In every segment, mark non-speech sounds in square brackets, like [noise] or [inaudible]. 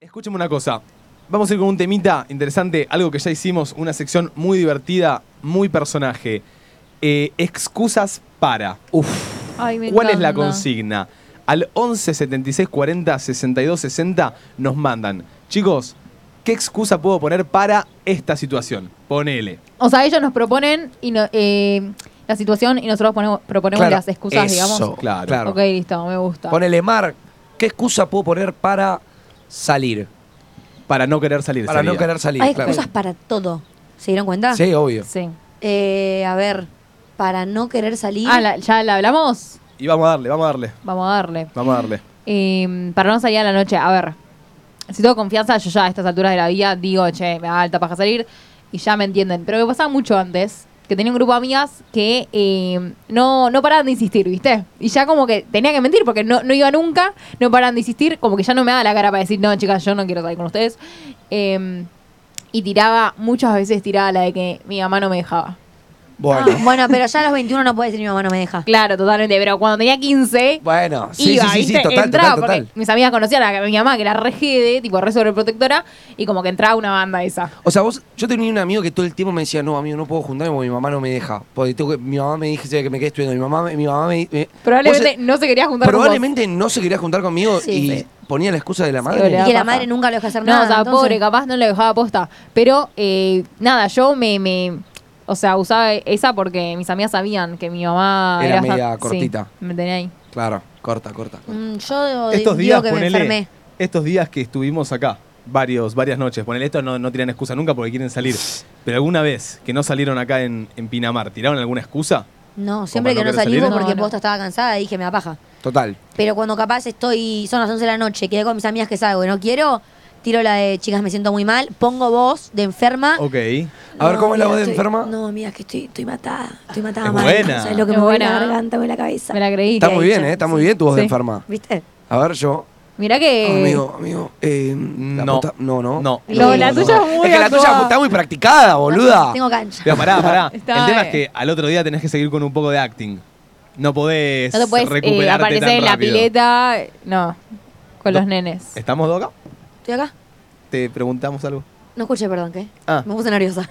Escúcheme una cosa. Vamos a ir con un temita interesante, algo que ya hicimos, una sección muy divertida, muy personaje. Eh, excusas para. Uf. Ay, me ¿Cuál es la encanta. consigna? Al 11 76 40 62 60 nos mandan. Chicos, ¿qué excusa puedo poner para esta situación? Ponele. O sea, ellos nos proponen y no- eh, la situación y nosotros ponemos- proponemos Claro, las excusas, eso, digamos. Claro. Claro. Ok, listo, me gusta. Ponele Mar, ¿qué excusa puedo poner para salir? Para no querer salir. Para no sería. querer salir, Hay claro. excusas para todo. ¿Se dieron cuenta? Sí, obvio. Sí. Eh, a ver, para no querer salir. Ah, la- ya la hablamos. Y vamos a darle, vamos a darle. Vamos a darle. Vamos a darle. Eh, para no salir a la noche, a ver. Si tengo confianza, yo ya a estas alturas de la vida digo, che, me da alta paja salir y ya me entienden. Pero me pasaba mucho antes, que tenía un grupo de amigas que eh, no, no paraban de insistir, ¿viste? Y ya como que tenía que mentir porque no, no iba nunca, no paraban de insistir, como que ya no me daba la cara para decir, no, chicas, yo no quiero salir con ustedes. Eh, y tiraba, muchas veces tiraba la de que mi mamá no me dejaba. Ah, Bueno. bueno, pero ya a los 21 no puede decir mi mamá no me deja. Claro, totalmente, pero cuando tenía 15, Bueno, sí, iba, sí, sí, sí, ¿viste? total, entraba, total, porque total. mis amigas conocían a mi mamá, que era re jede, tipo re sobreprotectora, y como que entraba una banda esa. O sea, vos, yo tenía un amigo que todo el tiempo me decía, no, amigo, no puedo juntarme porque mi mamá no me deja. Porque tengo que- mi mamá me dijo que me quedé estudiando. Mi mamá, me- mi mamá me, me- Probablemente vos- eh, no se quería juntar probablemente no se quería juntar conmigo Sí. y Sí. ponía la excusa de la boludo. madre. Le da Y que la paja. madre nunca lo deja hacer con vos. No, nada. o sea, entonces- pobre, capaz no le dejaba posta. Pero, eh, nada, yo me, me- O sea, usaba esa porque mis amigas sabían que mi mamá. Era Era, media sí, cortita. me tenía ahí. Claro, corta, corta. corta. Mm, yo di- Estos digo días, que me ponele, enfermé. estos días que estuvimos acá, varios, varias noches, ponele, esto no, no tiran excusa nunca porque quieren salir. Pero alguna vez que no salieron acá en, en Pinamar, ¿tiraron alguna excusa? No, siempre que para no no querer salimos salir? porque No, no. posta estaba cansada y dije, me da paja. Total. Pero cuando capaz estoy, son las 11 de la noche, quedé con mis amigas que salgo y no quiero, tiro la de chicas, me siento muy mal, pongo voz de enferma. Ok. A ver, ¿cómo es la amiga, voz de estoy- enferma? No, amiga, es que estoy, estoy matada. Estoy matada Es mal. buena. ¿Sabes lo que Es me voy la buena. ¿eh? garganta, me voy la cabeza. Me la creí. Está muy bien, ¿eh? Está muy bien tu voz de Sí. enferma. ¿Viste? A ver, yo. Mirá que. amigo, amigo. eh, la No. puta- no, no. No. Lo- la tuya es muy que la tuya actuada. está muy practicada, boluda. Tengo cancha. Pero pará, pará. Está El tema bien. es que al otro día tenés que seguir con un poco de acting. No podés, No te puedes eh, recuperarte aparecer tan en la rápido. pileta. No, con No. los nenes. ¿Estamos dos acá? ¿Estoy acá? ¿Te preguntamos algo? No escuché, perdón, ¿qué? Ah. Me puse nerviosa.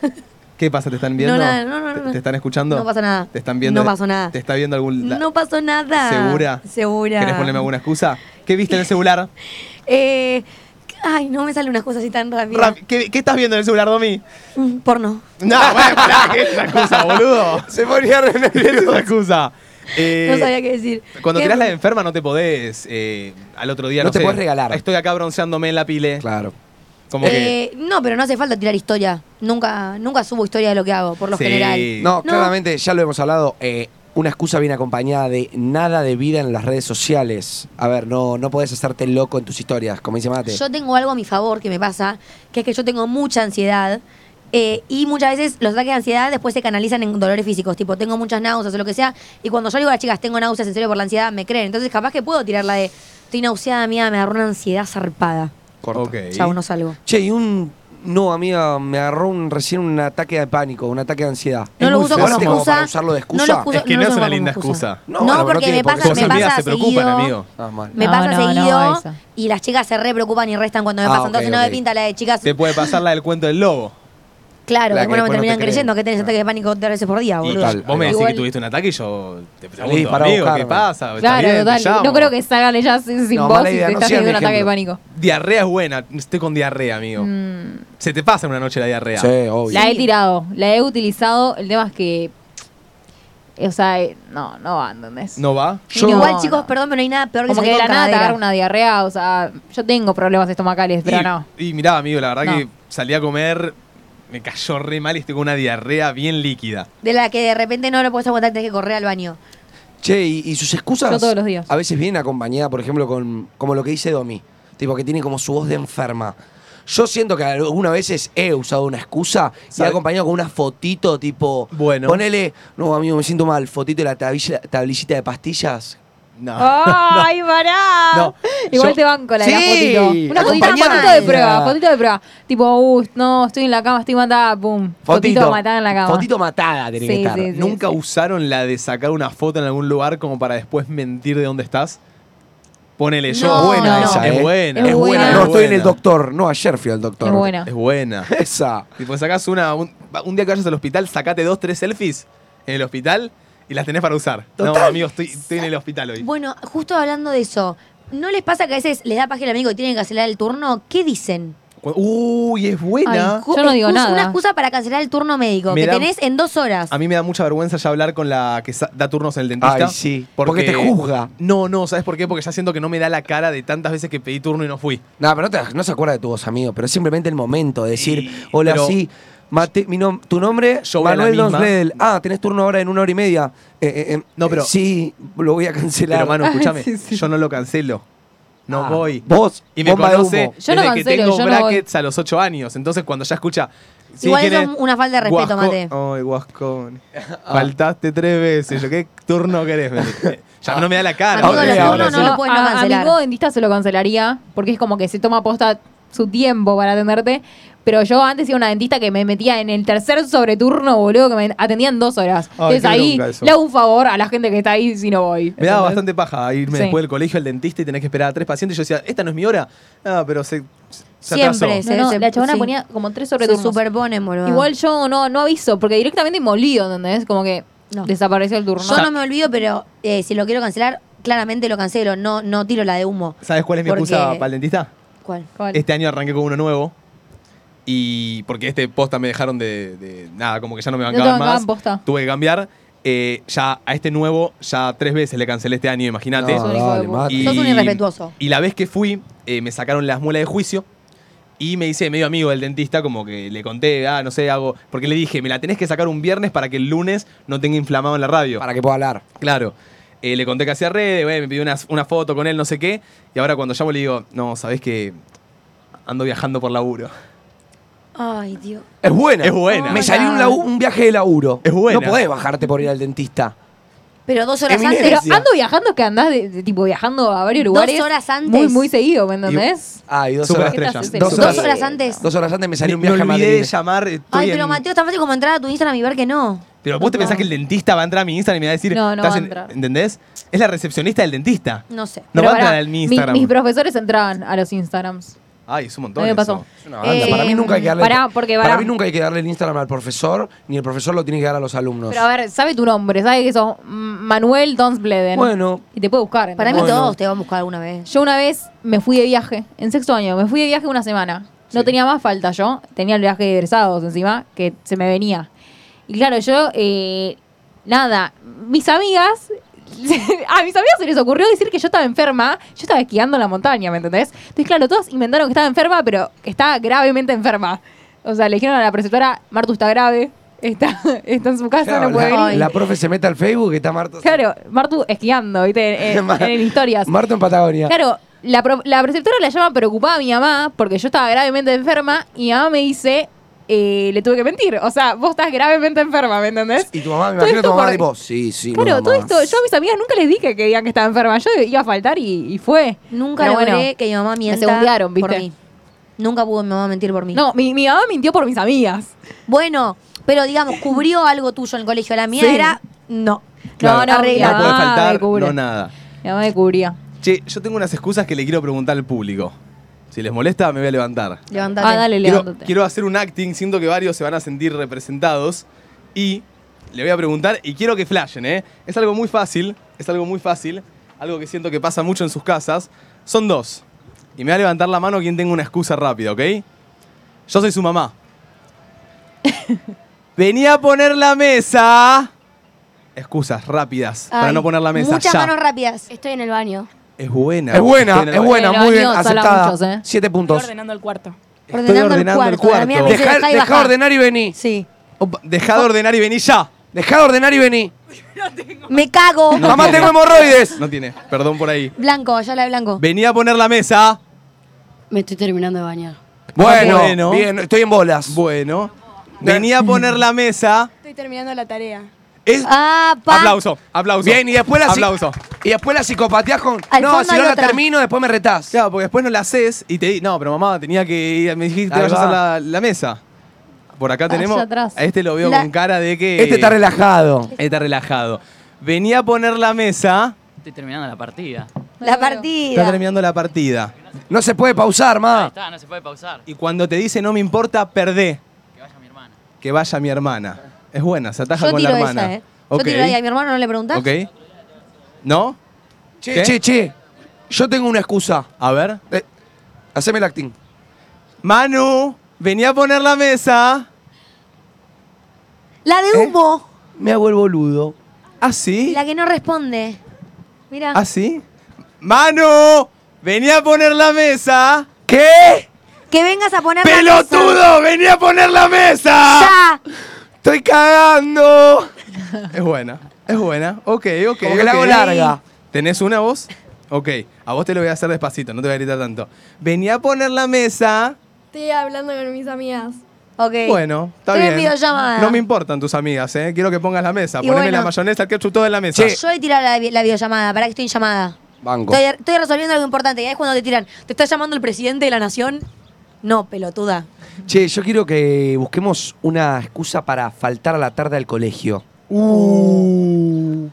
¿Qué pasa? ¿Te están viendo? No, nada, no, no, ¿Te, no. te están escuchando? [laughs] No pasa nada. ¿Te están viendo? No pasó nada. ¿Te está viendo algún...? la- No pasó nada. ¿Segura? Segura. ¿Querés ponerme alguna excusa? ¿Qué viste en el celular? Eh, ay, no me sale una cosa así tan rápida. Rami, ¿Qué, qué estás viendo en el celular, Domi? Mm, porno. No, bueno, pará, ¿qué es esa excusa, boludo? [laughs] Se ponía [laughs] re ¿Qué es nervioso. esa excusa? Eh, no sabía qué decir. Cuando Eh, tirás la de enferma no te podés eh, al otro día. No No, te sé, podés regalar. Estoy acá bronceándome en la pile. Claro. Como que. eh, no, pero no hace falta tirar historia. Nunca, nunca subo historia de lo que hago, por lo Sí. general. No, No. claramente, ya lo hemos hablado. eh, una excusa viene acompañada de nada de vida en las redes sociales. A ver, no, no podés hacerte loco en tus historias, como dice Mate. Yo tengo algo a mi favor que me pasa, que es que yo tengo mucha ansiedad. eh, y muchas veces los ataques de ansiedad después se canalizan en dolores físicos, tipo tengo muchas náuseas o lo que sea. Y cuando yo le digo a las chicas, tengo náuseas en serio por la ansiedad, me creen. Entonces capaz que puedo tirar la de, estoy nauseada, mía, me agarró una ansiedad zarpada. Corta. Ok. Chau, no salgo. Che, y un. No, amiga, me agarró un- recién un ataque de pánico, un ataque de ansiedad. No Es lo muy uso feo. como Bueno, como excusa. para usarlo de excusa. No lo uso- Es que no no lo es uso una como linda excusa. No, No, bueno, pero porque tiene me por qué pasa, ser. me Tus amigas pasa se seguido. preocupan, amigo. Ah, mal. Me No, pasa no, no, seguido esa. y las chicas se re preocupan y restan cuando me Ah, pasa. ok, Entonces no ok. me pinta la de chicas. Te puede pasar la del cuento del lobo. claro, la que algunos me después no te Ah. terminan creen. creyendo que tenés ataque de pánico tres veces por día, Y Ah, boludo. Tal, vos me ahí decís va. que tuviste un ataque y yo te pregunto, Salí para amigo, ¿qué buscarme. pasa? ¿Está Claro, bien? Te total. llamo. No creo que salgan ellas sin sin No, vos mala si idea, te no estás sean mi teniendo un ataque de ejemplo. pánico. Diarrea es buena. Estoy con diarrea, amigo. Mm, Se te pasa en una noche la diarrea. Sí, obvio. La he Sí. tirado, la he utilizado. El tema es que. O sea, eh, no, no va, ¿entendés? ¿No va? Yo- Igual, No, chicos, no. perdón, pero no hay nada peor que Como que salir de la con nada te cadera. agarra una diarrea, o sea, yo tengo problemas estomacales, pero y, no. Y mirá, amigo, la verdad No. que salí a comer, me cayó re mal y estoy con una diarrea bien líquida. De la que de repente no lo puedes aguantar, tenés que correr al baño. Che, y, y sus excusas. Yo todos los días. A veces vienen acompañada, por ejemplo, con como lo que dice Domi. Tipo, que tiene como su voz de enferma. Yo siento que algunas veces he usado una excusa y he ¿Sabe? acompañado con una fotito, tipo. Bueno. Ponele, no, amigo, me siento mal. Fotito de la tabilla- tablillita de pastillas. [laughs] No. ¡Ay, pará! No, Igual yo- te banco la de la Sí, fotito. Una fotito, una acompañada. fotito de prueba, fotito de prueba. Tipo, uh, no, estoy en la cama, estoy matada, pum. Fotito, matada en la cama. Fotito matada tiene que Sí, estar. sí, sí. ¿Nunca usaron la de sacar una foto en algún lugar como para después mentir de dónde estás? Ponele yo. No, es buena no. esa, Ah, Es ¿eh? buena. Es buena. buena. No, Es estoy en el buena. doctor. No, ayer fui al doctor. Es buena. Es buena. [laughs] Esa. Tipo, sacás una. Un, un día que vayas al hospital, sacate dos, tres selfies en el hospital y las tenés para usar. No, Total. amigos, estoy, estoy en el hospital hoy. Bueno, justo hablando de eso, ¿no les pasa que a veces les da página al amigo y tienen que cancelar el turno? ¿Qué dicen? Cu- Uy, es buena. Ay, ju- Yo no digo excusa- nada. Una excusa para cancelar el turno médico Me que da- tenés en dos horas. a mí me da mucha vergüenza ya hablar con la que sa- da turnos en el dentista. Ay, sí. Porque te juzga. No, no, ¿sabes por qué? Porque ya siento que no me da la cara de tantas veces que pedí turno y no fui. No, pero no, te- no se acuerda de tu voz, amigo. Pero es simplemente el momento de decir, Sí, hola, pero- sí. Mate, mi nom- tu nombre, Yo voy a la Manuel misma. Donsledel. Ah, tenés turno ahora en una hora y media. Eh, eh, eh, No, pero- Sí, lo voy a cancelar. Pero, Manu, Ay, [laughs] escúchame, sí, sí. yo no lo cancelo. No Ah, voy. Vos, Y me bomba de conoce humo. Yo no desde que cancelo, tengo yo no brackets a los 8 años. Entonces, cuando ya escucha. sí, Igual ¿quién eso es? es una falta de respeto, Guasco- Mate. Ay, [laughs] Guascón. Ah. Faltaste tres veces. Yo, ¿Qué turno querés? Me dice. ya no me da la cara. Amigo, Ahora los sí, ahora turnos no sí. lo puedes no a- cancelar. amigo dentista se lo cancelaría porque es como que se toma posta su tiempo para atenderte. Pero yo antes iba a una dentista que me metía en el tercer sobreturno, boludo, que me atendían dos horas. Ay, Entonces qué ahí bronca eso. le hago un favor a la gente que está ahí si no voy. Me daba bastante ¿entendés? paja irme Sí. después del colegio al dentista y tenés que esperar a tres pacientes. Yo decía, esta no es mi hora. Ah, pero se. se atrasó. Siempre. No, no, Se- se- la chabona sí. ponía como tres Se sobreturnos. superponen, boludo. Igual yo no, no aviso, porque directamente molido, ¿entendés? Como que No. desapareció el turno. Yo no me olvido, pero eh, si lo quiero cancelar, claramente lo cancelo. No, no tiro la de humo. ¿Sabes cuál es mi Porque- excusa para el dentista? ¿Cuál? ¿Cuál? Este año arranqué con uno nuevo. Y porque este posta me dejaron de, de- nada, como que ya no me No te bancaban bancaban más. posta. Tuve que cambiar. Eh, ya a este nuevo, ya tres veces le cancelé este año, imagínate. No, Sos un hijo dale, de puta. mate. Y- Sos un irrespetuoso. Y la vez que fui, eh, me sacaron las muelas de juicio. Y me hice medio amigo del dentista, como que le conté, ah, no sé, hago. Porque le dije, me la tenés que sacar un viernes para que el lunes no tenga inflamado en la radio. Para que pueda hablar. Claro. Eh, le conté que hacía redes, güey, me pidió una, una foto con él, no sé qué. Y ahora cuando llamo le digo, no, sabés que ando viajando por laburo. Ay, Dios. Es buena. Es buena. Me Hola. salió un, labu- un viaje de laburo. Es buena. No podés bajarte por ir al dentista. Pero dos horas Eminencia. Pero antes. ando viajando, que andás de, de tipo viajando a varios Dos lugares. horas antes. Muy, muy seguido, ¿me entendés? Ah, y dos Súper horas. ¿Qué te estrella. haces el Dos sur? horas- Dos horas antes. Dos horas antes me salió un me viaje a olvidé Madrid. de llamar. estoy Ay, pero en- Mateo, tan fácil como entrar a tu Instagram y ver que no. Pero vos te No. pensás que el dentista va a entrar a mi Instagram y me va a decir, No, no "Estás va a en-" entrar. Mm. ¿entendés? Es la recepcionista del dentista. No sé. No Pero va a entrar pará, en mi mi- Instagram. mis profesores entraban a los Instagrams. Ay, es un montón. A mí me eso. pasó. Es una banda. para Eh, mí nunca hay que darle. pará, porque para pará. mí nunca hay que darle el Instagram al profesor, ni el profesor lo tiene que dar a los alumnos. Pero a ver, sabe tu nombre, sabe que sos mm, Manuel Donsbleden. Bueno. Y te puede buscar. Para mí ¿entendés? Bueno. todos te van a buscar alguna vez. Yo una vez me fui de viaje, en sexto año, me fui de viaje una semana. No tenía más falta yo, tenía el viaje de egresados encima, que se me venía. Y claro, yo, eh, nada, mis amigas, [laughs] a mis amigas se les ocurrió decir que yo estaba enferma, yo estaba esquiando en la montaña, ¿me entendés? Entonces, claro, todas inventaron que estaba enferma, pero que estaba gravemente enferma. O sea, le dijeron a la preceptora, Martu está grave, está, [laughs] está en su casa, Claro, no puede la, venir. la profe se mete al Facebook y está Marta. Claro, Martu esquiando, ¿viste? [laughs] En, en- en historias. Marta en Patagonia. Claro, la, pro- la preceptora la llama preocupada a mi mamá porque yo estaba gravemente enferma y mi mamá me dice, eh, le tuve que mentir. O sea, vos estás gravemente enferma, ¿me entendés? Y tu mamá, me Todo imagino esto tu mamá por- tipo, sí, sí. no, Claro, mamá. todo esto, yo a mis amigas nunca les dije que digan que estaba enferma. Yo iba a faltar y, y fue. Nunca Pero logré bueno. que mi mamá mienta segundearon, por ¿viste? mí. Nunca pudo mi mamá mentir por mí. No, mi, mi mamá mintió por mis amigas. Bueno, pero digamos, cubrió algo tuyo en el colegio. La mía Sí. era no. No, no, arregla. No puede Ah, faltar, me cubre. no nada. Mi mamá me cubría. Che, yo tengo unas excusas que le quiero preguntar al público. Si les molesta, me voy a levantar. Levantate. Ah, dale, Quiero, levántate. quiero hacer un acting, siento que varios se van a sentir representados. Y le voy a preguntar, y quiero que flashen, ¿eh? Es algo muy fácil, es algo muy fácil, algo que siento que pasa mucho en sus casas. Son dos. Y me va a levantar la mano quien tenga una excusa rápida, ¿ok? Yo soy su mamá. Venía a poner la mesa. Excusas rápidas para Ay, no poner la mesa. Muchas ya. manos rápidas. Estoy en el baño. Es buena. Es buena, Estoy en el es buena, Pero muy bien, Dios, habla aceptada. muchos, ¿eh? Siete Estoy puntos. ordenando el cuarto. Estoy ordenando el cuarto. La mía me dice, Oh. Deja, "Dejá y deja bajá". ordenar y vení. Sí. Opa, Dejá de ordenar y vení ya. Deja de ordenar y vení. Me cago. No Mamá, tiene. tengo hemorroides. No tiene, perdón por ahí. Blanco, ya la de blanco. Venía a poner la mesa. Me estoy terminando de bañar. Bueno, Ah, Bueno. bien, estoy en bolas. Bueno. Venía a poner la mesa. Estoy terminando la tarea. Es- Ah, pa. Aplauso, aplauso. Bien, y después la, psi- Aplauso. y después la psicopateás con. Al no, fondo si no hay la otra". termino, después me retás. Claro, porque después no la haces y te di. No, pero mamá, tenía que ir. Me dijiste que Ahí vayas a va. hacer la, la mesa. Por acá Allá tenemos. atrás. A este lo veo La- con cara de que. Este está relajado. Este está relajado. Venía a poner la mesa. Estoy terminando la partida. La Está partida. terminando la partida. No se puede pausar, Ahí ma. está, no se puede pausar. Y cuando te dice no me importa, perdé. Que vaya mi hermana. Que vaya mi hermana. Es buena, se ataja Yo con la tiro hermana. esa, ¿eh? Ok, Yo tiro ahí a mi hermano, ¿no le preguntás? ok. ¿No? Che, ¿Qué? che, che. Yo tengo una excusa. A ver. Eh, haceme el acting. Manu, venía a poner la mesa. La de humo. Me hago el boludo. ¿Ah, sí? La que no responde. Mira. ¿Ah, sí? ¡Manu! ¡Venía a poner la mesa! ¿Qué? Que vengas a poner. la mesa. ¡Pelotudo! ¡Venía a poner la mesa! ¡Ya! Estoy cagando. Es buena, es buena. Ok, ok. Como que la ok. hago larga. ¿Tenés una voz? Ok, a vos te lo voy a hacer despacito, no te voy a gritar tanto. Venía a poner la mesa. Estoy hablando con mis amigas. Ok. Bueno, está Estoy en bien. videollamada. No me importan tus amigas, ¿eh? Quiero que pongas la mesa. Y Poneme bueno. la mayonesa, el ketchup, todo en la mesa. Sí. Yo he tirado la, vi- la videollamada, para que estoy en llamada. Banco. Estoy, er, estoy resolviendo algo importante. Y ahí es cuando te tiran. ¿Te está llamando el presidente de la nación? No, pelotuda. Che, yo quiero que busquemos una excusa para faltar a la tarde al colegio. Sí. ¿Te Uh.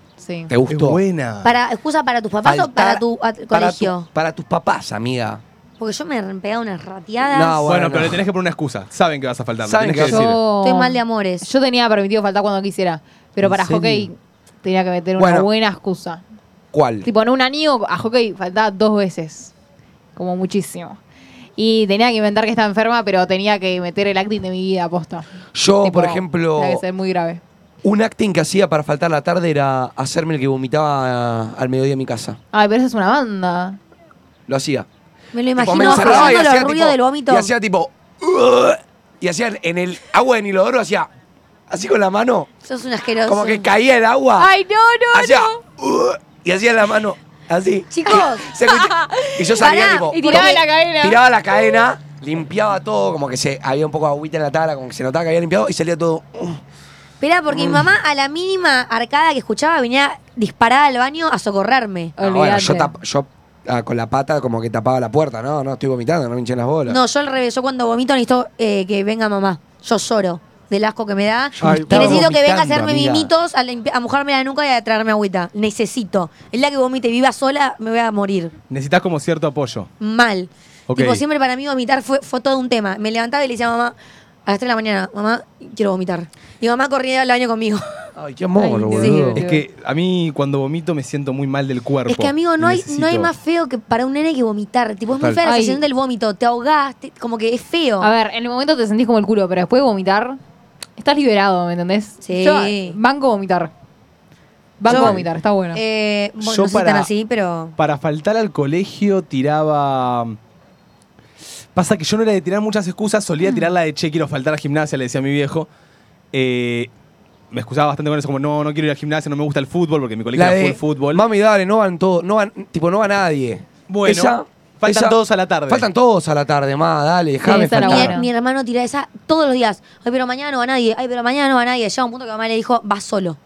Es gustó? buena. Para, ¿Excusa para tus papás o para Faltar- tu a- para colegio? tu- para tus papás, amiga. Porque yo me he pegado unas rateadas. No, Bueno, Bueno, pero no. le tenés que poner una excusa. Saben que vas a faltar, lo Saben tenés que que vas a- decir. Yo, Estoy mal de amores. yo tenía permitido faltar cuando quisiera, pero ¿En para serio? hockey tenía que meter una Bueno. buena excusa. ¿Cuál? Tipo, en un año a hockey faltaba dos veces, como muchísimo. Y tenía que inventar que estaba enferma, pero tenía que meter el acting de mi vida aposta. Yo, Tipo, por ejemplo, tenía que ser muy grave. un acting que hacía para faltar a la tarde era hacerme el que vomitaba eh, al mediodía en mi casa. Ay, pero eso es una banda. Lo hacía. me lo Tipo, me imagino encerraba y haciendo hacía los ruidos tipo- del vómito. Y hacía tipo. "Ugh", Y hacía en el agua del inodoro, hacía así con la mano. Sos un asqueroso. Como que caía el agua. Ay, no, no, hacía. no. "Ugh", Y hacía la mano así. Chicos. [laughs] Se escucha- y yo salía Pará, tipo. y tiraba como- la cadena. Tiraba la cadena, limpiaba todo, como que se había un poco de agüita en la tabla, como que se notaba que había limpiado y salía todo. "Uh". "Ugh". Esperá, porque mi Mm. mamá a la mínima arcada que escuchaba venía disparada al baño a socorrerme. Ah, bueno, yo, Olvídate. tap- yo, ah, con la pata como que tapaba la puerta. No, no, estoy vomitando, no me hinché las bolas. No, yo al revés. Yo cuando vomito necesito eh, que venga mamá. Yo lloro del asco que me da. Yo me y estaba necesito que venga a vomitando, hacerme amiga. mimitos, a, limpi- a mojarme la nuca y a traerme agüita. Necesito. El día que vomite y viva sola, me voy a morir. Necesitas como cierto apoyo. Mal. Ok. Tipo, siempre para mí vomitar fue, fue todo un tema. Me levantaba y le decía a mamá a las 3 de la mañana, mamá, quiero vomitar. Y mamá corría al baño conmigo. [laughs] Ay, qué amor, Ay, sí. boludo. Es que a mí cuando vomito me siento muy mal del cuerpo. Es que, amigo, no hay, no hay Necesito- más feo que para un nene que vomitar. Tipo, es muy Total. fea la Ay. sensación del vómito. Te ahogás, te- como que es feo. A ver, en el momento te sentís como el culo, pero después de vomitar, estás liberado, ¿me entendés? Sí. Yo eh, banco vomitar. Banco Yo- vomitar, está bueno. Eh, bueno, Yo no soy tan para- así, pero... Para faltar al colegio tiraba... Pasa que yo no era de tirar muchas excusas, solía tirar la de che, quiero faltar a gimnasia, le decía a mi viejo. Eh, me excusaba bastante con eso, como no, no quiero ir al gimnasia, no me gusta el fútbol, porque mi colegio La era de, full fútbol. Mami, dale, no van todos, no van, tipo, no va nadie. Bueno, faltan todos a la tarde. Faltan todos a la tarde, ma, dale, déjame esa era Mi, Claro. faltar. buena. mi hermano tira esa todos los días. Ay, pero mañana no va nadie. Ay, pero mañana no va nadie. Llega un punto que mamá le dijo, vas solo.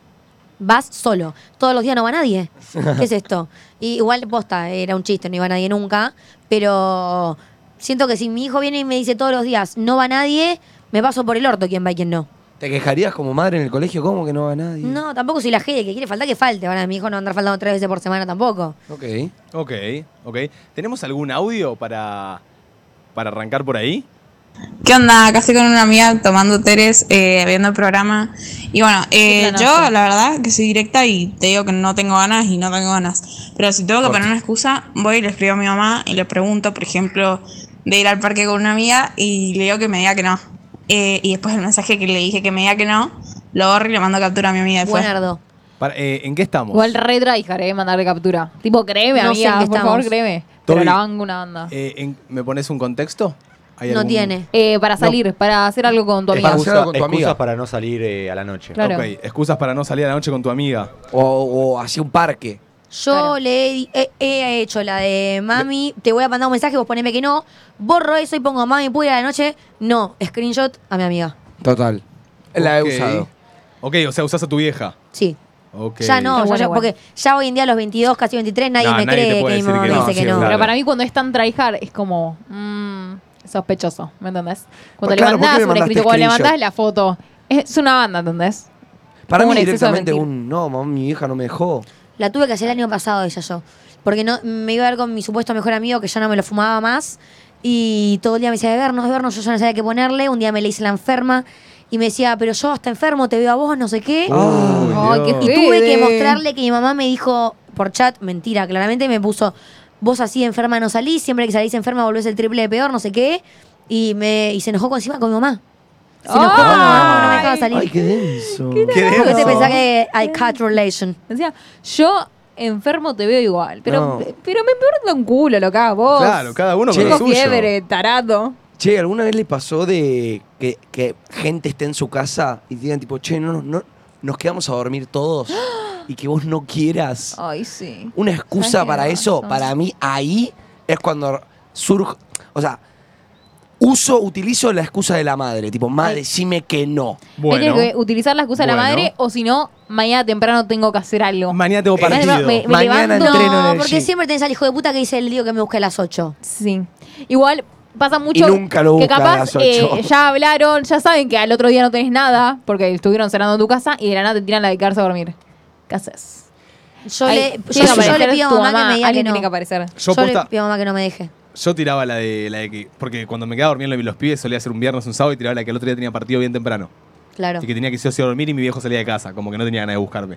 Vas solo. Todos los días no [laughs] va nadie. ¿Qué es esto? Y igual, posta, era un chiste, no iba nadie nunca. Pero siento que si mi hijo viene y me dice todos los días, no va nadie, me paso por el orto quién va y quién no. ¿Te quejarías como madre en el colegio? ¿Cómo que no va nadie? No, tampoco soy la G de que quiere faltar que falte. Ahora mi hijo no va a andar faltando tres veces por semana tampoco. Ok. Ok, ok. ¿Tenemos algún audio para, para arrancar por ahí? ¿Qué onda? Acá estoy con una amiga tomando teres, eh, viendo el programa. Y bueno, eh, planazo. yo la verdad que soy directa y te digo que no tengo ganas y no tengo ganas. Pero si tengo que poner una excusa, voy y le escribo a mi mamá y le pregunto, por ejemplo, de ir al parque con una amiga y le digo que me diga que no. Eh, y después el mensaje que le dije que me diga que no, lo borro y le mando captura a mi amiga después. Buenardo. Para- eh, ¿En qué estamos? Igual re tryhard, eh, mandarle captura. Tipo, créeme, No sé en amiga, qué por estamos. favor, créeme. Pero Toby. la banco una banda. Eh, en- ¿Me pones un contexto? ¿Hay No algún- tiene. Eh, para salir, para hacer algo con tu Es amiga. para- hacer algo con tu excusas amiga. para no salir eh, a la noche. Claro. Ok, excusas para no salir a la noche con tu amiga. O, o hacia un parque. Yo Claro. le he, di- he- he hecho la de mami, te voy a mandar un mensaje, vos poneme que no, borro eso y pongo mami, ¿puedo ir a la noche? No, screenshot a mi amiga. Total. La he Ok. usado. Ok, o sea, usás a tu vieja. Sí. Ok. Ya Está no, ya- bueno ya- igual. porque ya hoy en día a los 22, casi 23, nadie No, me nadie te cree puede que decir mi mamá que me no, dice que sí, no. es Pero Claro. para mí cuando es tan tryhard es como mm, sospechoso, ¿me entendés? Cuando Pues claro, le ¿por qué mandás me un mandaste escrito, cuando le screenshot? mandás la foto, es una banda, ¿entendés? Para Como mí un exceso de directamente mentir. un, no, mamá, mi hija no me dejó. La tuve que hacer el año pasado ella yo. porque no, me iba a ver con mi supuesto mejor amigo que ya no me lo fumaba más. Y todo el día me decía de vernos, de vernos, yo ya no sabía qué ponerle. Un día me le hice la enferma y me decía, pero yo hasta enfermo te veo a vos, no sé qué. Ay, qué Y feo. tuve que Fede. mostrarle que mi mamá me dijo por chat, mentira, claramente me puso, vos así enferma no salís, siempre que salís enferma volvés el triple de peor, no sé qué. Y me y se enojó con, encima con mi mamá. Se enojó con mi mamá porque no me dejaba salir. Ay, qué denso. Qué Porque te denso. pensás que I cut relation. Decía, yo enfermo te veo igual, pero, No. pero me importa un culo lo que hagas vos. Claro, cada uno con Tengo lo suyo. fiebre, tarado. Che, ¿alguna vez le pasó de que, que gente esté en su casa y digan tipo, che, no, no, no, nos quedamos a dormir todos y que vos no quieras? Ay, sí. Una excusa qué para eso, hermoso. para mí, ahí es cuando surge, o sea, uso, utilizo la excusa de la madre, tipo, madre, decime que no. Hay Bueno, que utilizar la excusa de la Bueno. madre o si no, mañana temprano tengo que hacer algo. mañana tengo Mañana partido. me- me Mañana levanto- entreno en No, el porque gym. siempre tenés al hijo de puta que dice el lío que me busque a las 8. Sí. Igual pasa mucho Y nunca lo que buscan a capaz las ocho. eh, ya hablaron, ya saben que al otro día no tenés nada porque estuvieron cenando en tu casa y de la nada te tiran la de quedarse a dormir. ¿Qué haces? Yo, Ahí le, tiene yo, que yo le aparecer pido a tu mamá, que me diga que alguien no. tiene que aparecer. [laughs] Yo Yo, posta- le pido a mamá que no me deje. Yo tiraba la de, la de que. Porque cuando me quedaba dormido en los pies solía hacer un viernes, un sábado y tiraba la que el otro día tenía partido bien temprano. Claro. Y que tenía que irse a dormir y mi viejo salía de casa, como que no tenía ganas de buscarme.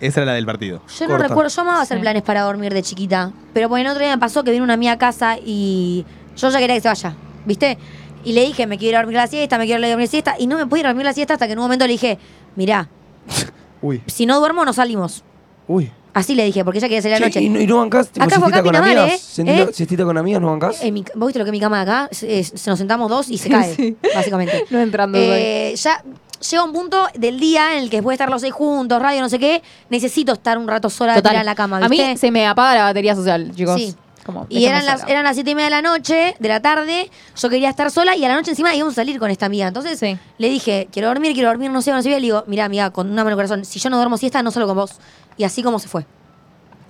Esa era la del partido. Yo Corta. no recuerdo, yo amaba hacer Sí. planes para dormir de chiquita. Pero por el otro día me pasó que vino una mía a casa y yo ya quería que se vaya, ¿viste? Y le dije, me quiero ir a dormir la siesta, me quiero ir a dormir la siesta. Y no me pude ir a dormir la siesta hasta que en un momento le dije, [laughs] mirá, Uy. si no duermo no salimos. Uy. Así le dije, porque ella quería salir a la Che, ¿y, noche. no, y no bancás? Tipo, Acá siestita Focapi con no vale, amigas? ¿eh? ¿Siestita, ¿Eh? siestita con amigas no bancás? En mi ca- ¿Vos viste lo que es mi cama de acá? Se, eh, se nos sentamos dos [laughs] y se cae, básicamente. No entrando. Eh, ya llega un punto del día en el que después de estar los seis juntos, radio, no sé qué, necesito estar un rato sola tirada en la cama, A ¿viste? mí se me apaga la batería social, chicos. Sí. Como, Y eran déjame las, sola. eran las siete y media de la noche, de la tarde, yo quería estar sola y a la noche encima íbamos a salir con esta amiga. Entonces Sí. le dije, quiero dormir, quiero dormir, no sé, no sé. Y le digo, mira amiga, con una mano en el corazón, si yo no duermo siesta, no solo con vos. Y así como se fue.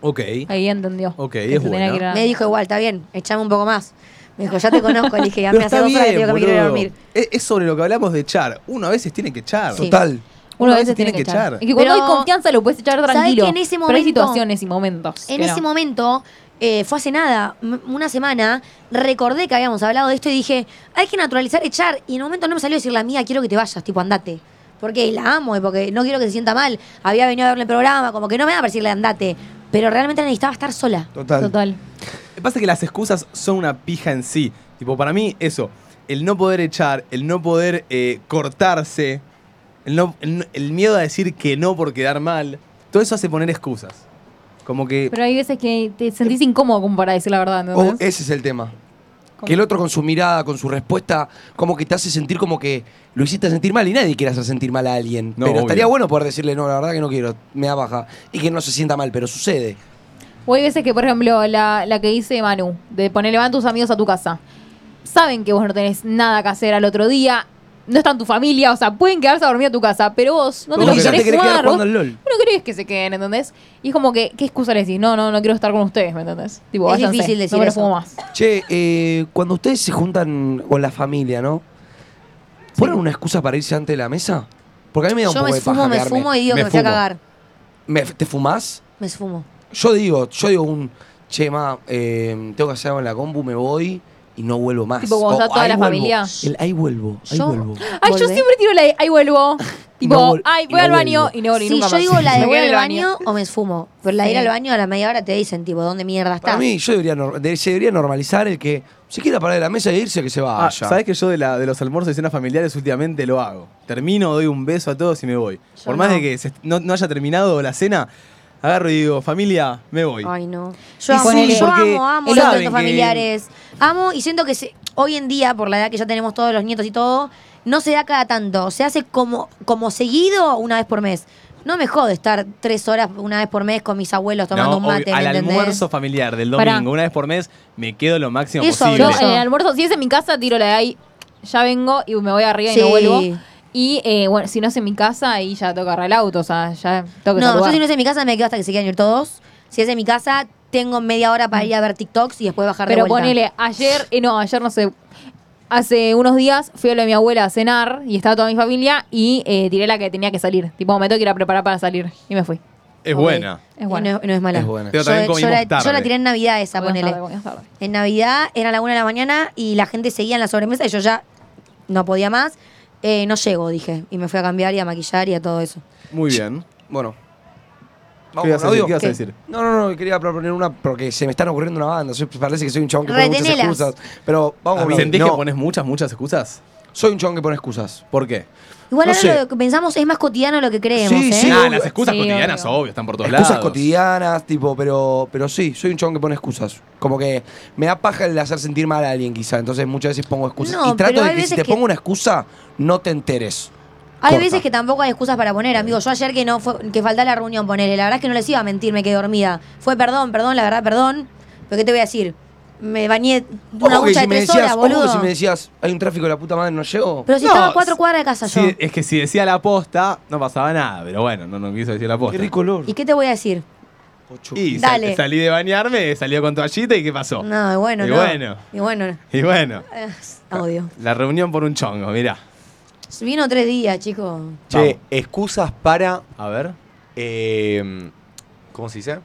Ok. Ahí entendió. Ok, que es se tenía buena. que ir a- Me dijo igual, está bien, echame un poco más. Me dijo, ya te conozco, le dije, [laughs] ya me hace dos horas que te digo que me quiero ir a dormir. Es, es sobre lo que hablamos de echar. Uno a veces tiene que echar. Sí. Total. Uno Uno a veces tiene que echar. Es que cuando Pero- hay confianza lo puedes echar ¿Sabés tranquilo. que en ese pero hay momento- situaciones y momentos. En que ese no. momento, eh, fue hace nada, m- una semana, recordé que habíamos hablado de esto y dije, hay que naturalizar echar. Y en un momento no me salió decir la mía, quiero que te vayas, tipo, andate. Porque la amo y porque no quiero que se sienta mal. Había venido a verle el programa, como que no me da para decirle andate. Pero realmente necesitaba estar sola. Total. Total. Pasa que las excusas son una pija en sí. Tipo, para mí, eso. El no poder echar, el no poder eh, cortarse, el, no- el no- el miedo a decir que no por quedar mal. Todo eso hace poner excusas. Como que. Pero hay veces que te sentís incómodo como para decir la verdad. Oh, ¿entendés? ese es el tema. Que el otro con su mirada, con su respuesta, como que te hace sentir como que lo hiciste sentir mal y nadie quiere hacer sentir mal a alguien. No, pero obvio. estaría bueno poder decirle, no, la verdad que no quiero, me da baja. Y que no se sienta mal, pero sucede. O hay veces que, por ejemplo, la, la que dice Manu, de ponerle van tus amigos a tu casa. Saben que vos no tenés nada que hacer al otro día, no están tu familia, o sea, pueden quedarse a dormir a tu casa, pero vos no te Vos lo quizás querés, te querés jugar, quedar vos, jugando al LOL. vos no querés que se queden, ¿entendés? Y es como que, ¿qué excusa le decís? No, no, no quiero estar con ustedes, ¿me entendés? Tipo, Es váyanse, difícil decir no me lo eso. fumo más. Che, eh, cuando ustedes se juntan con la familia, ¿no? ¿Ponen una excusa para irse antes de la mesa? Porque a mí me da un Yo poco me de paja fumo, me quedarme. fumo y digo Me que me fui a fumo. cagar. ¿Me- ¿Te fumás? Me fumo. Yo digo, yo digo un, che, ma, eh, tengo que hacer algo en la combu, me voy y no vuelvo más. Tipo, cuando O, está toda "Ahí la vuelvo". familia. El ahí vuelvo, ahí Yo- vuelvo. Ay, yo Volvé. siempre tiro la de, ahí vuelvo. Tipo, No vol- ay, [laughs] y voy no al baño vuelvo. y no volví Sí, nunca yo más. digo [laughs] la Me de voy quedé en al el baño o me fumo. Pero la de ir Sí. al baño a la media hora te dicen, tipo, ¿dónde mierda estás? Para mí, yo debería, nor- de- se debería normalizar el que se quiera parar de la mesa e irse, que se vaya. Ah, ¿Sabes que yo de, la- de los almuerzos y cenas familiares últimamente lo hago? Termino, doy un beso a todos y me voy. Por más de que se- no, no haya terminado la cena, agarro y digo, familia, me voy. Ay, no. Yo, Y amo, sí, yo porque amo, amo saben los eventos que- familiares. Amo y siento que se- hoy en día, por la edad que ya tenemos todos los nietos y todo, no se da cada tanto. Se hace como, como seguido una vez por mes. No me jode estar tres horas una vez por mes con mis abuelos tomando No, un mate, obvio, ¿me al entendés? almuerzo familiar del domingo, Pará. una vez por mes, me quedo lo máximo Eso eh, posible. Yo eh, Eso. en el almuerzo, si es en mi casa, tiro la de ahí, ya vengo y me voy arriba y Sí. no vuelvo. Y eh, bueno, si no es en mi casa, ahí ya toca arreglar el auto, o sea, ya toca No, yo si no es en mi casa me quedo hasta que se quieran ir todos. Si es en mi casa, tengo media hora para ir a ver TikToks y después bajar Pero de vuelta. ponele, ayer, eh, no, ayer no sé, hace unos días fui a lo de mi abuela a cenar y estaba toda mi familia y eh, tiré la que tenía que salir. Tipo, me tengo que ir a preparar para salir y me fui. Es Ok. buena. Es Y bueno. no, no es mala. Es buena. Yo, Pero también yo comimos la, yo tarde. la tiré en Navidad esa, Buenas ponele. tardes, buenas tardes. En Navidad era la una de la mañana y la gente seguía en la sobremesa y yo ya no podía más. Eh, no llego, dije. Y me fui a cambiar y a maquillar y a todo eso. Muy bien. Bueno. ¿Qué ibas a con decir? audio. ¿Qué ibas a ¿Qué? decir? este. No, no, no, quería proponer una porque se me están ocurriendo una banda. Soy- parece que soy un chabón que pone Retenelas. muchas excusas. Pero vamos con Ah, ¿Sentís audio. que No, pones muchas, muchas excusas? Soy un chabón que pone excusas. ¿Por qué? Igual No ahora sé. lo que pensamos es más cotidiano lo que creemos, Sí, ¿eh? sí. Ah, obvio. las excusas Sí, cotidianas, obvio. obvio. están por todos Excusas lados. cotidianas, tipo, pero, pero sí, soy un chabón que pone excusas. Como que me da paja el hacer sentir mal a alguien, quizá. Entonces muchas veces pongo excusas. No, y trato pero de hay que si veces te que- pongo una excusa, no te enteres. Hay Corta. veces que tampoco hay excusas para poner, amigo. Yo ayer que no fue, que falté a la reunión, ponele. La verdad es que no les iba a mentir, me quedé dormida. Fue perdón, perdón, la verdad, perdón. Pero ¿qué te voy a decir? Me bañé una Ojo que ducha si de me tres decías, horas, ojo que boludo. si me decías, hay un tráfico de la puta madre, no llego. Pero si No, estaba a cuatro si- cuadras de casa yo. Sí, es que si decía la posta, no pasaba nada, pero bueno, no, no quiso decir la posta. Qué rico olor. ¿Y qué te voy a decir? Ocho. Y sal- Dale. salí de bañarme, salí con toallita y ¿qué pasó? No, y bueno, Y no. bueno. Y bueno, Y bueno, eh, odio. la reunión por un chongo, mirá. Vino tres días, chicos. Che, Vamos. excusas para. A ver. eh, ¿Cómo se dice?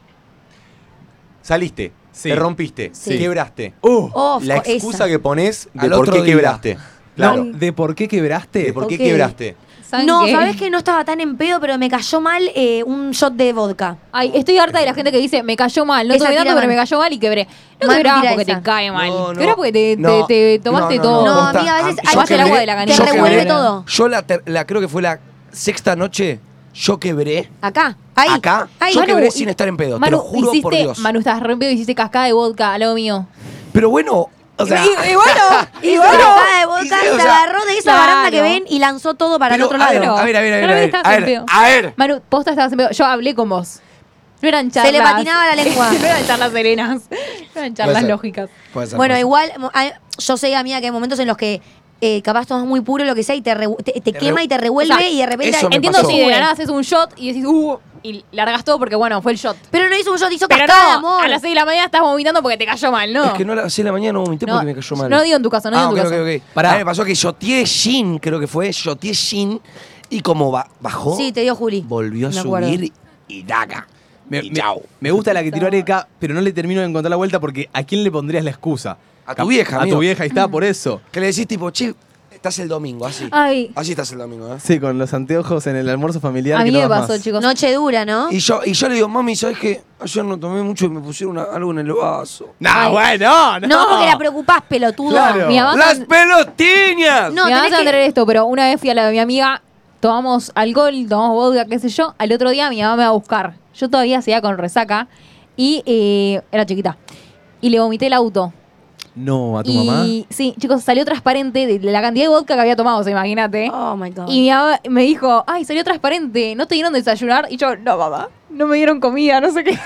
Saliste, Sí. te rompiste, Sí. quebraste. Uh, Oh, la esa. excusa que pones de Al por otro qué día. quebraste. Claro. no, ¿De por qué De quebraste? por qué Ok. quebraste. ¿Saben No, qué? sabes que no estaba tan en pedo, pero me cayó mal eh, un shot de vodka. Ay, estoy harta de la gente que dice, me cayó mal, no Esa estoy dando, tira pero mal. me cayó mal y quebré. No Mal quebrás tira porque esa. te cae mal. No, no. quebrás porque te, te- No. te tomaste No, no, todo. No, posta. amiga, a veces Ah, hay yo que el quebré- agua de la canilla. yo Te revuelve quebré- todo. Yo la, ter- la- creo que fue la sexta noche, yo quebré. Acá, ahí. Acá, ahí. yo Manu, quebré y- sin estar en pedo, te Manu, lo juro hiciste, por Dios. Manu, estás re en pedo, hiciste cascada de vodka, al lado mío. Pero bueno, o sea, y, y [laughs] bueno, Y y bueno, bueno. de boca, y- o se sea, agarró de esa claro. baranda que ven y lanzó todo para pero, el otro a ver, lado. a ver, a ver, a ver, Pero a ver, estás a en ver, pedo. a ver. Manu, posta estabas en pedo. Yo hablé con vos. No eran charlas. Se le patinaba [laughs] la lengua. no eran charlas serenas. [laughs] No eran charlas ser. lógicas. Puede ser, Bueno, puede ser. igual, mo- hay- yo sé, amiga, que hay momentos en los que eh, capaz tomas muy puro lo que sea y te, revu- te, te Te quema revu- y te revuelve O sea, y de repente. eso me Entiendo pasó. si de la nada haces un shot y decís, uh, y largas todo porque, bueno, fue el shot. Pero no hizo un shot, hizo Pero cascada, no, amor. a las 6 de la mañana estás vomitando porque te cayó mal, ¿no? Es que no la, sí, la mañana no vomité No, porque me cayó mal. no lo digo en tu caso, no ah, digo en tu ok, caso. ok, ok. Pará. A mí me pasó que shoteé Jin, creo que fue, shoteé Jin, y como ba- bajó, Sí, te dio Juli. volvió a Me acuerdo. subir y daga. Me, y me- chau. me gusta la que tiró Areca, pero no le termino de encontrar la vuelta porque ¿a quién le pondrías la excusa? A tu vieja, A amigo. tu vieja, ahí está, por eso. Que le decís tipo, che, estás el domingo, así. Ay, Así estás el domingo, ¿eh? Sí, con los anteojos en el almuerzo familiar. a que mí no me das pasó, más. chicos. Noche dura, ¿no? Y yo, y yo le digo, mami, ¿sabes qué? Ayer no tomé mucho y me pusieron una- algo en el vaso. No, bueno, no. No, porque la preocupás, pelotudo. Claro. Mi mamá ¡Las pelotiñas! No, me vas tenés a que- entender esto, pero una vez fui a la de mi amiga, tomamos alcohol, tomamos vodka, qué sé yo. Al otro día mi mamá me va a buscar. Yo todavía seguía con resaca y eh, era chiquita. Y le vomité el auto. No, a tu y mamá. sí, chicos, salió transparente de la cantidad de vodka que había tomado, se imagínate. Oh my god. Y mi mamá me dijo, ay, salió transparente, ¿no te dieron desayunar? Y yo, no, mamá, no me dieron comida, no sé [laughs] qué.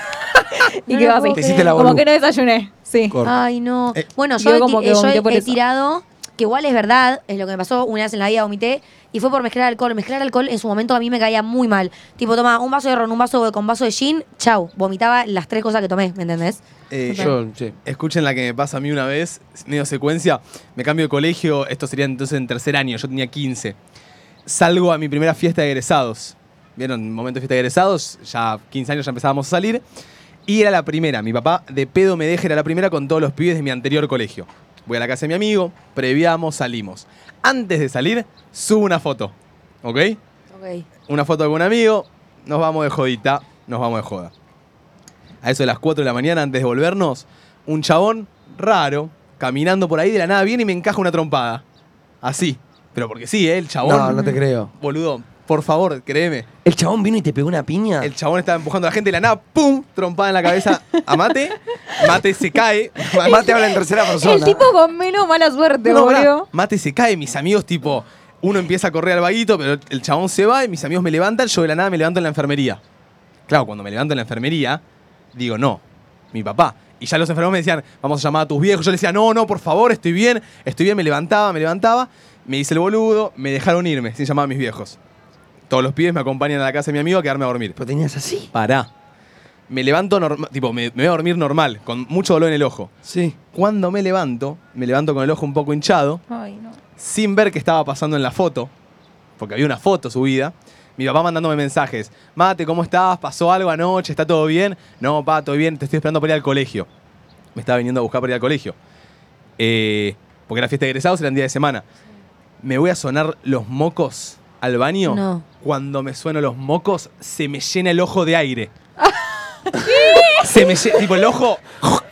¿Y No qué lo va así? puedo Te hiciste creer. la Como bolu. que no desayuné, sí. Ay, no. Eh, bueno, yo, yo he, como ti- que eh, yo vomité he- por he eso. tirado, que igual es verdad, es lo que me pasó una vez en la vida, vomité, y fue por mezclar alcohol. Mezclar alcohol en su momento a mí me caía muy mal. Tipo, toma un vaso de ron, un vaso de- con vaso de gin, chau. Vomitaba las tres cosas que tomé, ¿me entendés? Eh, Yo, sí. Escuchen la que me pasa a mí una vez, medio secuencia. Me cambio de colegio, esto sería entonces en tercer año, yo tenía 15. Salgo a mi primera fiesta de egresados. ¿Vieron? Momento de fiesta de egresados, ya 15 años ya empezábamos a salir. Y era la primera, mi papá de pedo me deja, era la primera con todos los pibes de mi anterior colegio. Voy a la casa de mi amigo, previamos, salimos. Antes de salir, subo una foto, ¿ok? Ok. Una foto con un amigo, nos vamos de jodita, nos vamos de joda a eso de las 4 de la mañana antes de volvernos, un chabón raro, caminando por ahí de la nada viene y me encaja una trompada. Así. Pero porque sí, ¿eh? el chabón. No, no te creo. Boludo, por favor, créeme. ¿El chabón vino y te pegó una piña? El chabón estaba empujando a la gente de la nada, ¡pum! Trompada en la cabeza a Mate. Mate se cae. Mate habla en tercera persona. El tipo con menos mala suerte, No, pará. boludo. Mate se cae, mis amigos, tipo, uno empieza a correr al vaguito, pero el chabón se va y mis amigos me levantan, yo de la nada me levanto en la enfermería. Claro, cuando me levanto en la enfermería, digo, no, mi papá. Y ya los enfermos me decían, vamos a llamar a tus viejos. Yo les decía, no, no, por favor, estoy bien, estoy bien, me levantaba, me levantaba. Me hice el boludo, me dejaron irme sin llamar a mis viejos. Todos los pibes me acompañan a la casa de mi amigo a quedarme a dormir. ¿Pero tenías así? Pará. Me levanto, norma- tipo, me, me voy a dormir normal, con mucho dolor en el ojo. Sí. Cuando me levanto, me levanto con el ojo un poco hinchado, Ay, no. sin ver qué estaba pasando en la foto, porque había una foto subida, Mi papá mandándome mensajes. Mate, ¿cómo estás? ¿Pasó algo anoche? ¿Está todo bien? No, pa, todo bien. Te estoy esperando para ir al colegio. Me estaba viniendo a buscar para ir al colegio. Eh, porque era fiesta de egresados, era en día de semana. Me voy a sonar los mocos al baño. No. Cuando me sueno los mocos, se me llena el ojo de aire. se me llena, tipo el ojo. [laughs]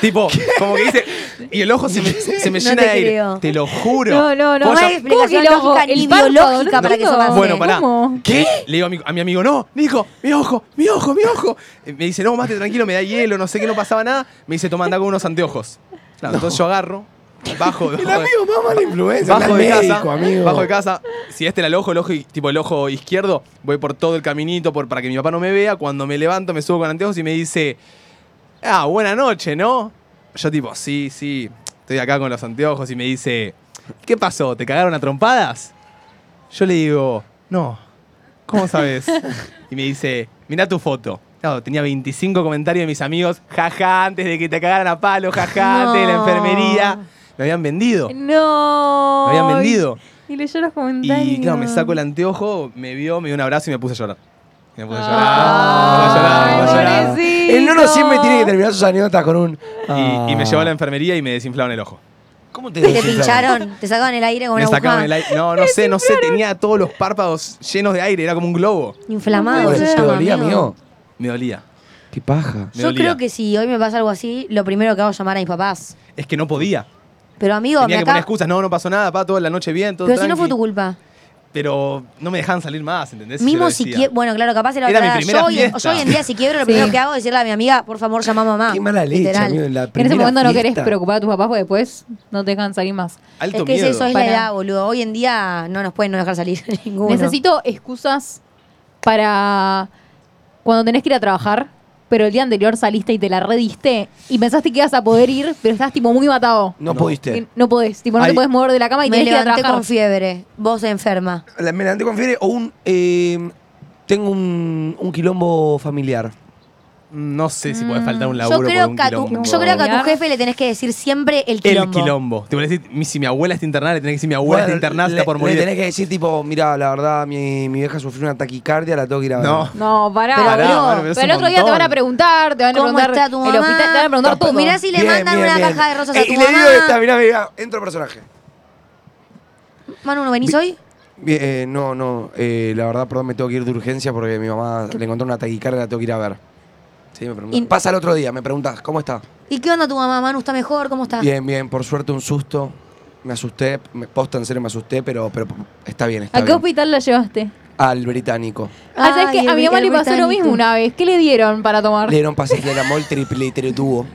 tipo, como que dice. Y el ojo se me, se me No llena te de aire. creo. Te lo juro. No, no, no. Vos hay sos- explicación ¿Cómo que lógica el ni párpado? biológica No para que entiendo. eso pase. Bueno, pará. ¿Cómo? ¿Qué? Le digo a mi, a mi amigo, no, Nico, mi ojo, mi ojo, mi ojo. Eh, Me dice, no, mate, tranquilo, me da hielo, no sé qué, no pasaba nada. Me dice, toma, anda con unos anteojos. Claro, entonces yo agarro, [laughs] bajo de El amigo mamá la influencia. Bajo de médico, casa, amigo. bajo de casa. Si este era el ojo, el ojo, i- tipo el ojo izquierdo, voy por todo el caminito por, para que mi papá no me vea. Cuando me levanto, me subo con anteojos y me dice, ah, buena noche, ¿no? Yo tipo, sí, sí, estoy acá con los anteojos y me dice, ¿qué pasó? ¿Te cagaron a trompadas? Yo le digo, no, ¿cómo [laughs] sabes? y me dice, mirá tu foto. Claro, tenía 25 comentarios de mis amigos, jaja, antes de que te cagaran a palo, jaja, antes de la No. enfermería. Me habían vendido. No. Me habían vendido. Y leyó los comentarios. Y claro, me saco el anteojo, me vio, me dio un abrazo y me puse a llorar. Y me puse a llorar, Ay, me puse a llorar, me puse a llorar. pobrecito. El nono siempre tiene que terminar sus anécdotas con un. Y, y me Ah. llevó a la enfermería y me desinflaron el ojo. ¿Cómo te Te desinflaron? pincharon, te sacaban el aire con Me una sacaban aguja. el aire. No, no sé, no sé, tenía todos los párpados llenos de aire, era como un globo. Inflamado Joder, se ¿Te llama, dolía, Ah, amigo. amigo? Me dolía. Qué paja. Me Yo dolía. creo que si hoy me pasa algo así, lo primero que hago es llamar a mis papás. Es que no podía. Pero amigo, Tenía me que poner acá... excusas. No, no pasó nada, pa, toda la noche bien, todo Pero si no fue tranqui. tu culpa. Pero no me dejaban salir más, ¿entendés? Yo Mismo lo si decía. quiebro. Bueno, claro, capaz era, Era otra mi edad. primera yo, hoy en, fiesta. yo hoy en día si quiebro, lo Sí. primero que hago es decirle a mi amiga, por favor, llama a mamá. Qué mala leche, Literal. amigo. En, la En primera ese momento no fiesta. querés preocupar a tus papás porque después no te dejan salir más. Alto Es que es miedo. eso, es Para- la edad, boludo. Hoy en día no nos pueden no dejar salir [laughs] ninguno. Necesito excusas para cuando tenés que ir a trabajar, pero el día anterior saliste y te la rediste y pensaste que ibas a poder ir, pero estás tipo muy matado. No, No. pudiste. Que No podés, tipo, no Ay. te podés mover de la cama y me tenés que ir a levanté trabajar. con fiebre, vos enferma. La- Me levanté con fiebre o un. eh, tengo un, un quilombo familiar. Mm, No sé si puede faltar un laburo Mm, Yo creo, por un que a tu, quilombo. yo creo que a tu Familiar. jefe le tenés que decir siempre el El quilombo. quilombo. Te voy a decir, mi- si mi abuela está internada, le tenés que decir, mi abuela está Bueno, internada, le- está por morir. Le tenés que decir, tipo, mira, la verdad, mi, mi vieja sufrió una taquicardia, la tengo que ir a ver. No. No, pará, Pero, pará, boludo, bueno, pero, pero es el un otro día te montón. van a preguntar, te van a ¿Cómo preguntar está tu mamá? el hospital, te van a preguntar todo. Mirá si le Bien, mandan bien, una bien. caja de rosas a Eh, tu y mamá. le digo esta, mirá, mirá, entro personaje. Manu, ¿no venís Vi- hoy? Bien, eh, no, no, eh, la verdad, perdón, me tengo que ir de urgencia porque mi mamá le encontró una taquicardia, la tengo que ir a ver. Sí, me pregunta. Y- Pasa el otro día, me preguntas, ¿cómo está? ¿Y qué onda tu mamá? Manu, ¿está mejor? ¿Cómo está? Bien, bien, por suerte un susto. Me asusté, me, posta en serio me asusté, pero, pero está bien, está ¿A qué bien. hospital la llevaste? Al británico. Ah, ¿sabes Ay, qué? A el mi mamá bri- le el pasó lo británico. mismo una vez. ¿Qué le dieron para tomar? Le dieron pasifleramol triple y tritubo.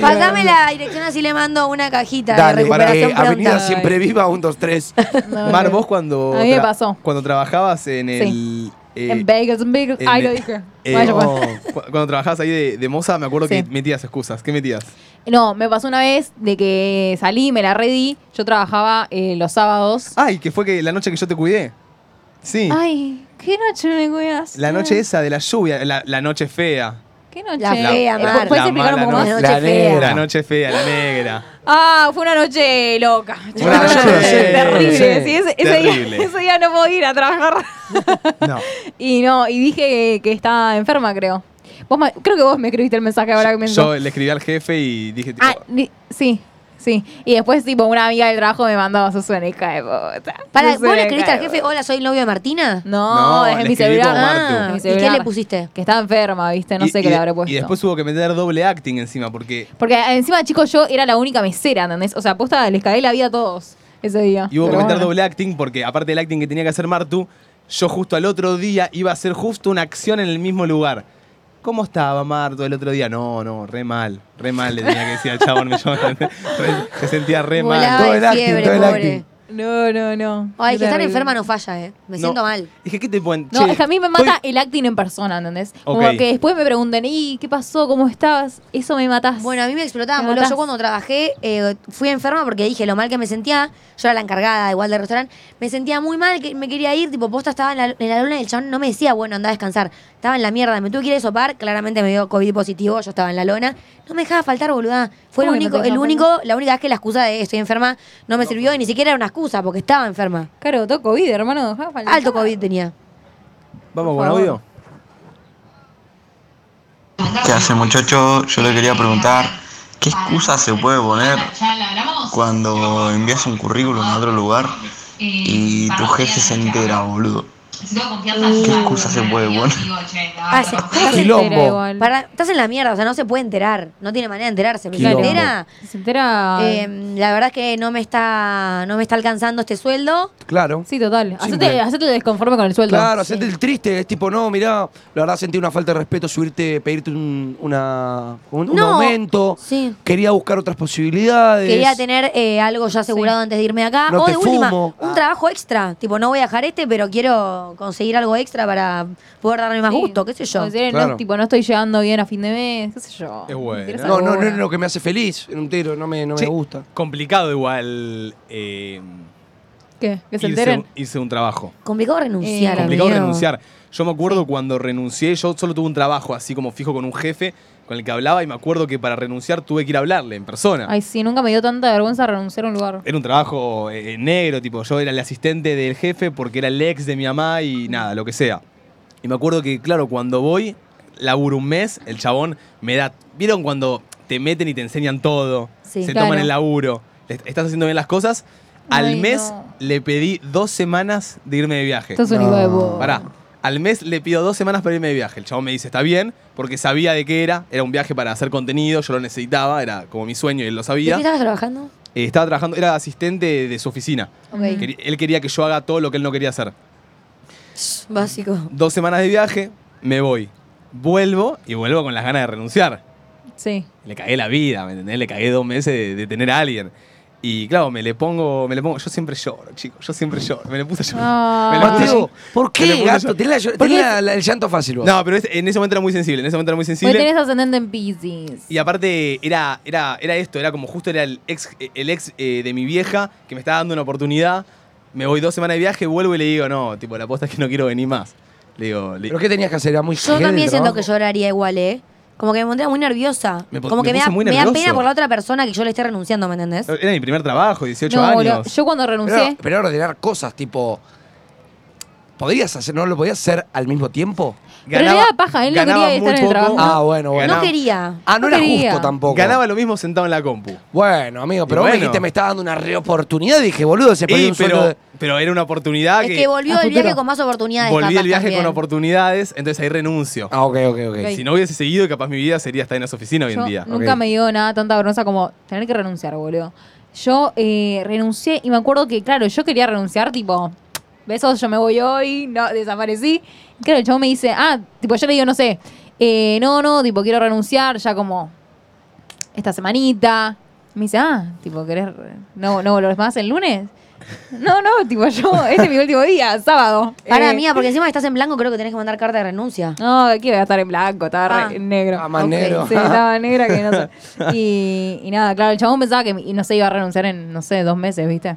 Pasame la dirección así le mando una cajita de Dale, para recuperación eh, Avenida pronta. Siempre Viva, 1, 2, [laughs] 3. No, Mar, no. vos cuando. A mí me tra- pasó. Cuando trabajabas en el. eh, en Vegas, en Vegas. en Ay, el- lo dije. eh, Vaya, pues. cu- Cuando trabajabas ahí de, de moza, me acuerdo que Sí. metías excusas. ¿Qué metías? No, me pasó una vez de que salí, me la redí. Yo trabajaba eh, los sábados. Ay, que fue que la noche que yo te cuidé. Sí. Ay, ah. ¿qué noche me cuidas? La noche esa de la lluvia, la, la noche fea. ¿Qué noche? La fea, Eh, Mar. ¿Puedes La explicar un mala poco más? noche. La noche fea. La noche fea, la negra. [laughs] Ah, fue una noche loca. Una noche terrible. loca. sí, ese, ese Terrible. Día, ese día no puedo ir a trabajar. No. Y no, y dije que, que estaba enferma, creo. Vos ma- creo que vos me escribiste el mensaje ahora que me Yo le escribí al jefe y dije, tipo, Ah, ni- sí, sí. Y después, tipo, una amiga del trabajo me mandaba su suena hija de puta. Para, Sos ¿Vos una le escribiste hija al de jefe, hola, soy el novio de Martina? puta. No, No, desde le mi escribí celular. como Martu. Ah, Desde mi ¿y qué celular. le pusiste? Que estaba enferma, ¿viste? No Y- sé y qué de- le habré puesto. Y después tuvo que meter doble acting encima, porque. Porque eh, encima, chicos, yo era la única mesera, ¿entendés? O sea, posta, les cagué la vida a todos ese día. Y hubo que Pero meter bueno. doble acting, porque aparte del acting que tenía que hacer Martu, yo justo al otro día iba a hacer justo una acción en el mismo lugar. ¿Cómo estaba Martu el otro día? No, no, re mal. Re mal le tenía que decir al chabón. [laughs] me llamaba. Re- se sentía re mal. Volaba Todo el de acting, fiebre, todo el pobre. acting. No, no, no. Ay, Qué que estar terrible. enferma no falla, eh. Me No. siento mal. Dije, ¿qué te pueden.? No, Che, es que a mí me mata estoy- el acting en persona, ¿entendés? Como Ok. que después me pregunten, ¿y qué pasó? ¿Cómo estabas? Eso me matás. Bueno, a mí me explotaban, Me boludo. matás. Yo cuando trabajé, eh, fui enferma porque dije lo mal que me sentía. Yo era la encargada igual del restaurante. Me sentía muy mal, que me quería ir. Tipo, posta estaba en la, en la luna y el chabón no me decía, bueno, anda a descansar. Estaba en la mierda. Me tuve que ir a sopar. Claramente me dio COVID positivo. Yo estaba en la lona. No me dejaba faltar, boluda. Fue el ¿Cómo que no único, te el dejaba pues. único, la única vez que la excusa de estoy enferma no me sirvió. Y ni siquiera era una excusa porque estaba enferma. Claro, tocó COVID, hermano. Ah, dejá de faltar. Alto COVID tenía. Vamos con Por favor. audio. ¿Qué hace muchacho? Yo le quería preguntar, ¿qué excusa se puede poner cuando envías un currículum a otro lugar y tu jefe se entera, boludo? ¿Qué excusa se puede poner? Ah, [laughs] se- [laughs] estás, en, Quilombo. Quilombo. igual. para- estás en la mierda, o sea, no se puede enterar. No tiene manera de enterarse. Pero si se Quilombo. entera, Se entera. eh, la verdad es que no me está, no me está alcanzando este sueldo. Claro. sí, total. Hacete, simple. hacete desconforme con el sueldo. Claro, hacerte el triste, es tipo, no, mirá, la verdad sentí una falta de respeto, subirte, pedirte un, una, un, un No. aumento, Sí. quería buscar otras posibilidades. Quería tener eh, algo ya asegurado antes de irme de acá. No o te de última, fumo. un Ah. trabajo extra. Tipo, no voy a dejar este, pero quiero conseguir algo extra para poder darme más Sí. gusto, qué sé yo. O decir, no, Claro. tipo, no estoy llegando bien a fin de mes, qué sé yo. Es bueno. Tienes No, no, no alguna. es lo que me hace feliz en un tiro, no me, no Sí. me gusta. Complicado igual eh, ¿Qué? ¿Que se irse enteren? un- irse de un trabajo. Complicado renunciar, Eh, complicado amigo. renunciar. Yo me acuerdo cuando renuncié, yo solo tuve un trabajo así como fijo con un jefe con el que hablaba y me acuerdo que para renunciar tuve que ir a hablarle en persona. Ay, sí, nunca me dio tanta vergüenza renunciar a un lugar. Era un trabajo eh, negro, tipo, yo era el asistente del jefe porque era el ex de mi mamá y nada, lo que sea. Y me acuerdo que, claro, cuando voy, laburo un mes, el chabón me da... ¿Vieron cuando te meten y te enseñan todo? Sí, se claro. toman el laburo. le- Estás haciendo bien las cosas. Al Ay, mes no. le pedí dos semanas de irme de viaje. Esto es un hijo de puta. Pará. Al mes le pido dos semanas para irme de viaje. El chabón me dice, está bien, porque sabía de qué era. Era un viaje para hacer contenido, yo lo necesitaba, era como mi sueño y él lo ¿De qué sabía. estabas trabajando? Mm, Eh, estaba trabajando, era asistente de, de su oficina. Ok. Queri- Él quería que yo haga todo lo que él no quería hacer. Básico. Dos semanas de viaje, me voy. Vuelvo y vuelvo con las ganas de renunciar. Sí. Le cagué la vida, ¿me entendés? Le cagué dos meses de, de tener a alguien. Y claro, me le pongo, me le pongo, yo siempre lloro, chicos, yo siempre lloro. Me le puse a llorar. Ah. Me le puse a Mateo, llorar. ¿por Me le qué, puse a gato? llorar. Tenés, la- tenés la- la- el llanto fácil vos. No, pero es- en ese momento era muy sensible, en ese momento era muy Porque sensible. tenés ascendente en Pisces. Y aparte era, era, era esto, era como justo era el ex, el ex eh, de mi vieja que me estaba dando una oportunidad. Me voy dos semanas de viaje, vuelvo y le digo, no, tipo, la aposta es que no quiero venir más. Le digo, le- ¿Pero qué tenías que hacer? ¿Era muy Yo gel también el siento trabajo? que lloraría igual, ¿eh? Como que me pondría muy nerviosa. Me po- Como me que me, puse da, muy me da nervioso. Eh, pena por la otra persona que yo le esté renunciando, ¿me entendés? era mi primer trabajo, 18 No, años. boludo, yo cuando renuncié. Pero, pero ordenar cosas, tipo. ¿Podrías hacer? ¿No lo podías hacer al mismo tiempo? pero le daba paja, él no ganaba quería muy estar en el trabajo. Ah, bueno, bueno. No quería. Ah, no no, era quería. justo tampoco. Ganaba lo mismo sentado en la compu. Bueno, amigo, Y pero vos me bueno. dijiste me estaba dando una reoportunidad. Dije, boludo, se perdió Y, un sueldo pero, de- pero era una oportunidad Es Ah, que, que volvió a el futuro. viaje con más oportunidades. volví capaz, el viaje también. con oportunidades, entonces ahí renuncio. Ah, ok, ok, ok. Si no hubiese seguido, capaz mi vida sería estar en esa oficina hoy Yo en día. Nunca Ok. me dio nada tanta vergüenza como tener que renunciar, boludo. Yo eh, renuncié y me acuerdo que, claro, yo quería renunciar, tipo, besos, yo me voy hoy, no, desaparecí. Y claro, el chavo me dice, ah, tipo, yo le digo, no sé, eh, no, no, tipo, quiero renunciar ya como esta semanita. Me dice, ah, tipo, ¿querés, re- no, no volvés más el lunes? No, no, tipo, yo, [laughs] este es mi último día, sábado. Para Eh, mía, porque encima estás en blanco, creo que tenés que mandar carta de renuncia. no, aquí voy a estar en blanco, estaba Ah. re en negro. Ah, más negro. Sí, [laughs] estaba negra que no sé. Y, y nada, claro, el chabón pensaba que y no se iba a renunciar en, no sé, dos meses, ¿viste?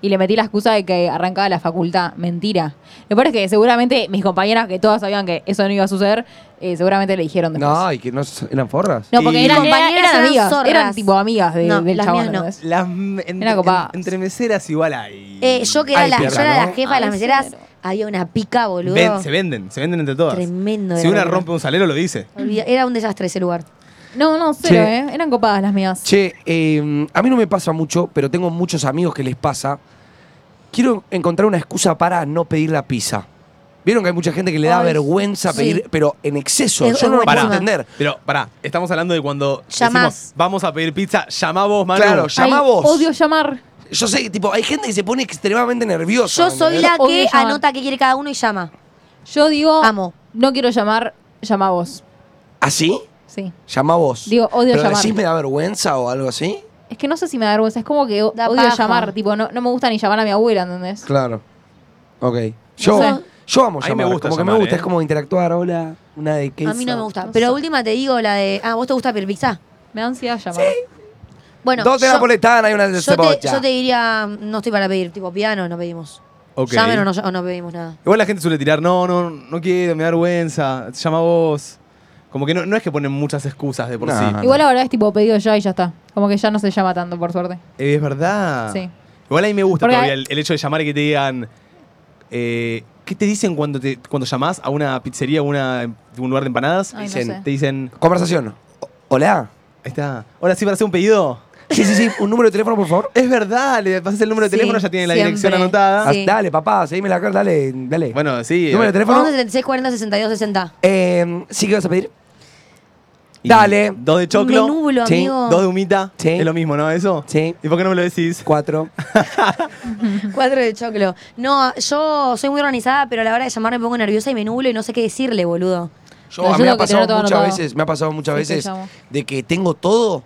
Y le metí la excusa de que arrancaba la facultad. Mentira. Lo peor es que seguramente mis compañeras, que todas sabían que eso no iba a suceder, eh, seguramente le dijeron después. No, y que no eran forras. No, porque Y- eran, Mis eran- compañeras eran eran amigas. zorras. Eran tipo amigas de- No, del las chabón. mías no. ¿entendés? Las me- entre, Era copada. en- entre meseras igual hay. Eh, yo que era, Ay, la, pica, yo era ¿no? la jefa de las Ay, meseras, cero. había una pica, boludo. Ven- se venden, se venden entre todas. Tremendo. Si era, una boludo. rompe un salero, lo dice. Olvida- Era un desastre ese lugar. No, no, cero, Che. ¿eh? Eran copadas las mías. Che, eh, a mí no me pasa mucho, pero tengo muchos amigos que les pasa. Quiero encontrar una excusa para no pedir la pizza. Vieron que hay mucha gente que le da Ay, vergüenza sí. pedir, pero en exceso. Es- Yo es no lo puedo buenísima. entender. Pero pará, estamos hablando de cuando Llamás. decimos, vamos a pedir pizza, llamá vos, Manu. Claro, llama Ay, vos. Odio llamar. Yo sé, que, tipo, hay gente que se pone extremadamente nerviosa. Yo ¿me soy entendés? la Odio que llamar. anota qué quiere cada uno y llama. Yo digo, Amo. no quiero llamar, llama vos. ¿Así? Sí. Llama vos. Digo, odio pero llamar. decís me da vergüenza o algo así. Es que no sé si me da vergüenza, es como que o- Da odio paja. llamar, tipo, no, no me gusta ni llamar a mi abuela, ¿entendés? Claro. Ok. Yo, sé. yo amo A mí me llamar. gusta como que me llamar, gusta, ¿eh? es como interactuar. Hola, una de qué A mí no me gusta. No Pero sé. última te digo la de. Ah, ¿vos te gusta pedir pizza? Me da ansiedad llamar. Bueno. Dos de yo- Napoletana y una de yo te, cebolla. yo te diría, no estoy para pedir, tipo piano, no pedimos. Ok. Llamen o no, o no pedimos nada. Igual la gente suele tirar, no, no, no quiero, me da vergüenza, llama vos. Como que no, no es que ponen muchas excusas de por No. sí. Igual ahora es tipo pedido ya y ya está. Como que ya no se llama tanto, por suerte. Eh, es verdad. Sí. Igual ahí me gusta Porque- todavía el, el hecho de llamar y que te digan. eh, ¿Qué te dicen cuando te cuando llamás a una pizzería o una, un lugar de empanadas? Ay, no Dicen- sé. Te dicen. Conversación. O- Hola. Ahí está. Hola, sí, para hacer un pedido. Sí, sí, sí. Un número de teléfono, por [laughs] favor. Es verdad, le pasas el número de Sí, teléfono, ya tiene la dirección siempre. anotada. Ah, Sí. Dale, papá, seguime la cara, dale, dale. Bueno, sí. número de eh, teléfono. 11 36 40 62 60. Eh, sí, ¿qué vas a pedir? y Dale. Dos de choclo. Me nublo, Sí, amigo. Dos de humita. Sí. Es lo mismo, ¿no? Eso. Sí. ¿Y por qué no me lo decís? Cuatro. [laughs] Cuatro de choclo. No, yo soy muy organizada, pero a la hora de llamar me pongo nerviosa y me nublo y no sé qué decirle, boludo. Yo, a Ayuda mí me ha que tener todo pasado muchas anotado. veces, me ha pasado muchas Sí, te veces llamo. de que tengo todo,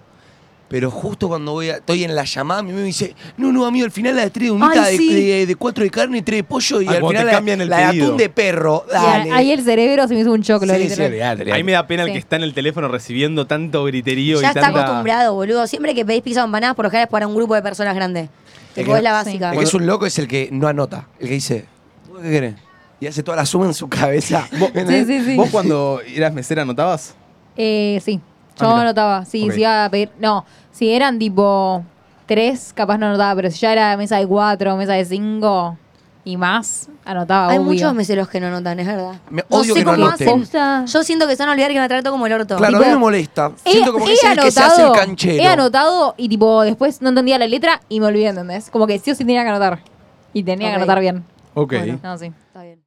pero justo cuando voy a- estoy en la llamada, mi mamá me dice, no, no, amigo, al final la de tres de humita, Ay, de, sí. de- de cuatro de carne y tres de pollo, y Ah, al cuando te final la, cambian el la de pedido. atún de perro. Dale. Y a- ahí el cerebro se me hizo un choclo. Sí, sí, literal. olvidate, olvidate. Ahí me da pena el Sí. que está en el teléfono recibiendo tanto griterío Ya y está tanta. acostumbrado, boludo. Siempre que pedís pizza o empanadas, por lo general es para un grupo de personas grande. Te Es podés que- la sí. básica. El que es un loco es el que no anota, el que dice, "¿Vos ¿qué querés? Y hace toda la suma en su cabeza. [laughs] ¿eh? Sí, sí, sí. ¿Vos cuando eras mesera anotabas? Eh, sí. Yo Ah, mirá. anotaba. Sí, Ok. si iba a pedir. No, si eran tipo tres, capaz no anotaba, pero si ya era mesa de cuatro, mesa de cinco y más, anotaba. Hay obvio. muchos meseros que no notan, es verdad. Me No odio sé que no cómo anoten. hacen. Yo siento que se van a olvidar que me trato como el orto. Claro, a Tipo, mí me molesta. He- Siento como que es he el que se hace el anotado- canchero. He anotado y tipo después no entendía la letra y me olvidé, ¿entendés? Como que sí o sí tenía que anotar. Y tenía Ok. que anotar bien. Ok. No, sí. Está bien.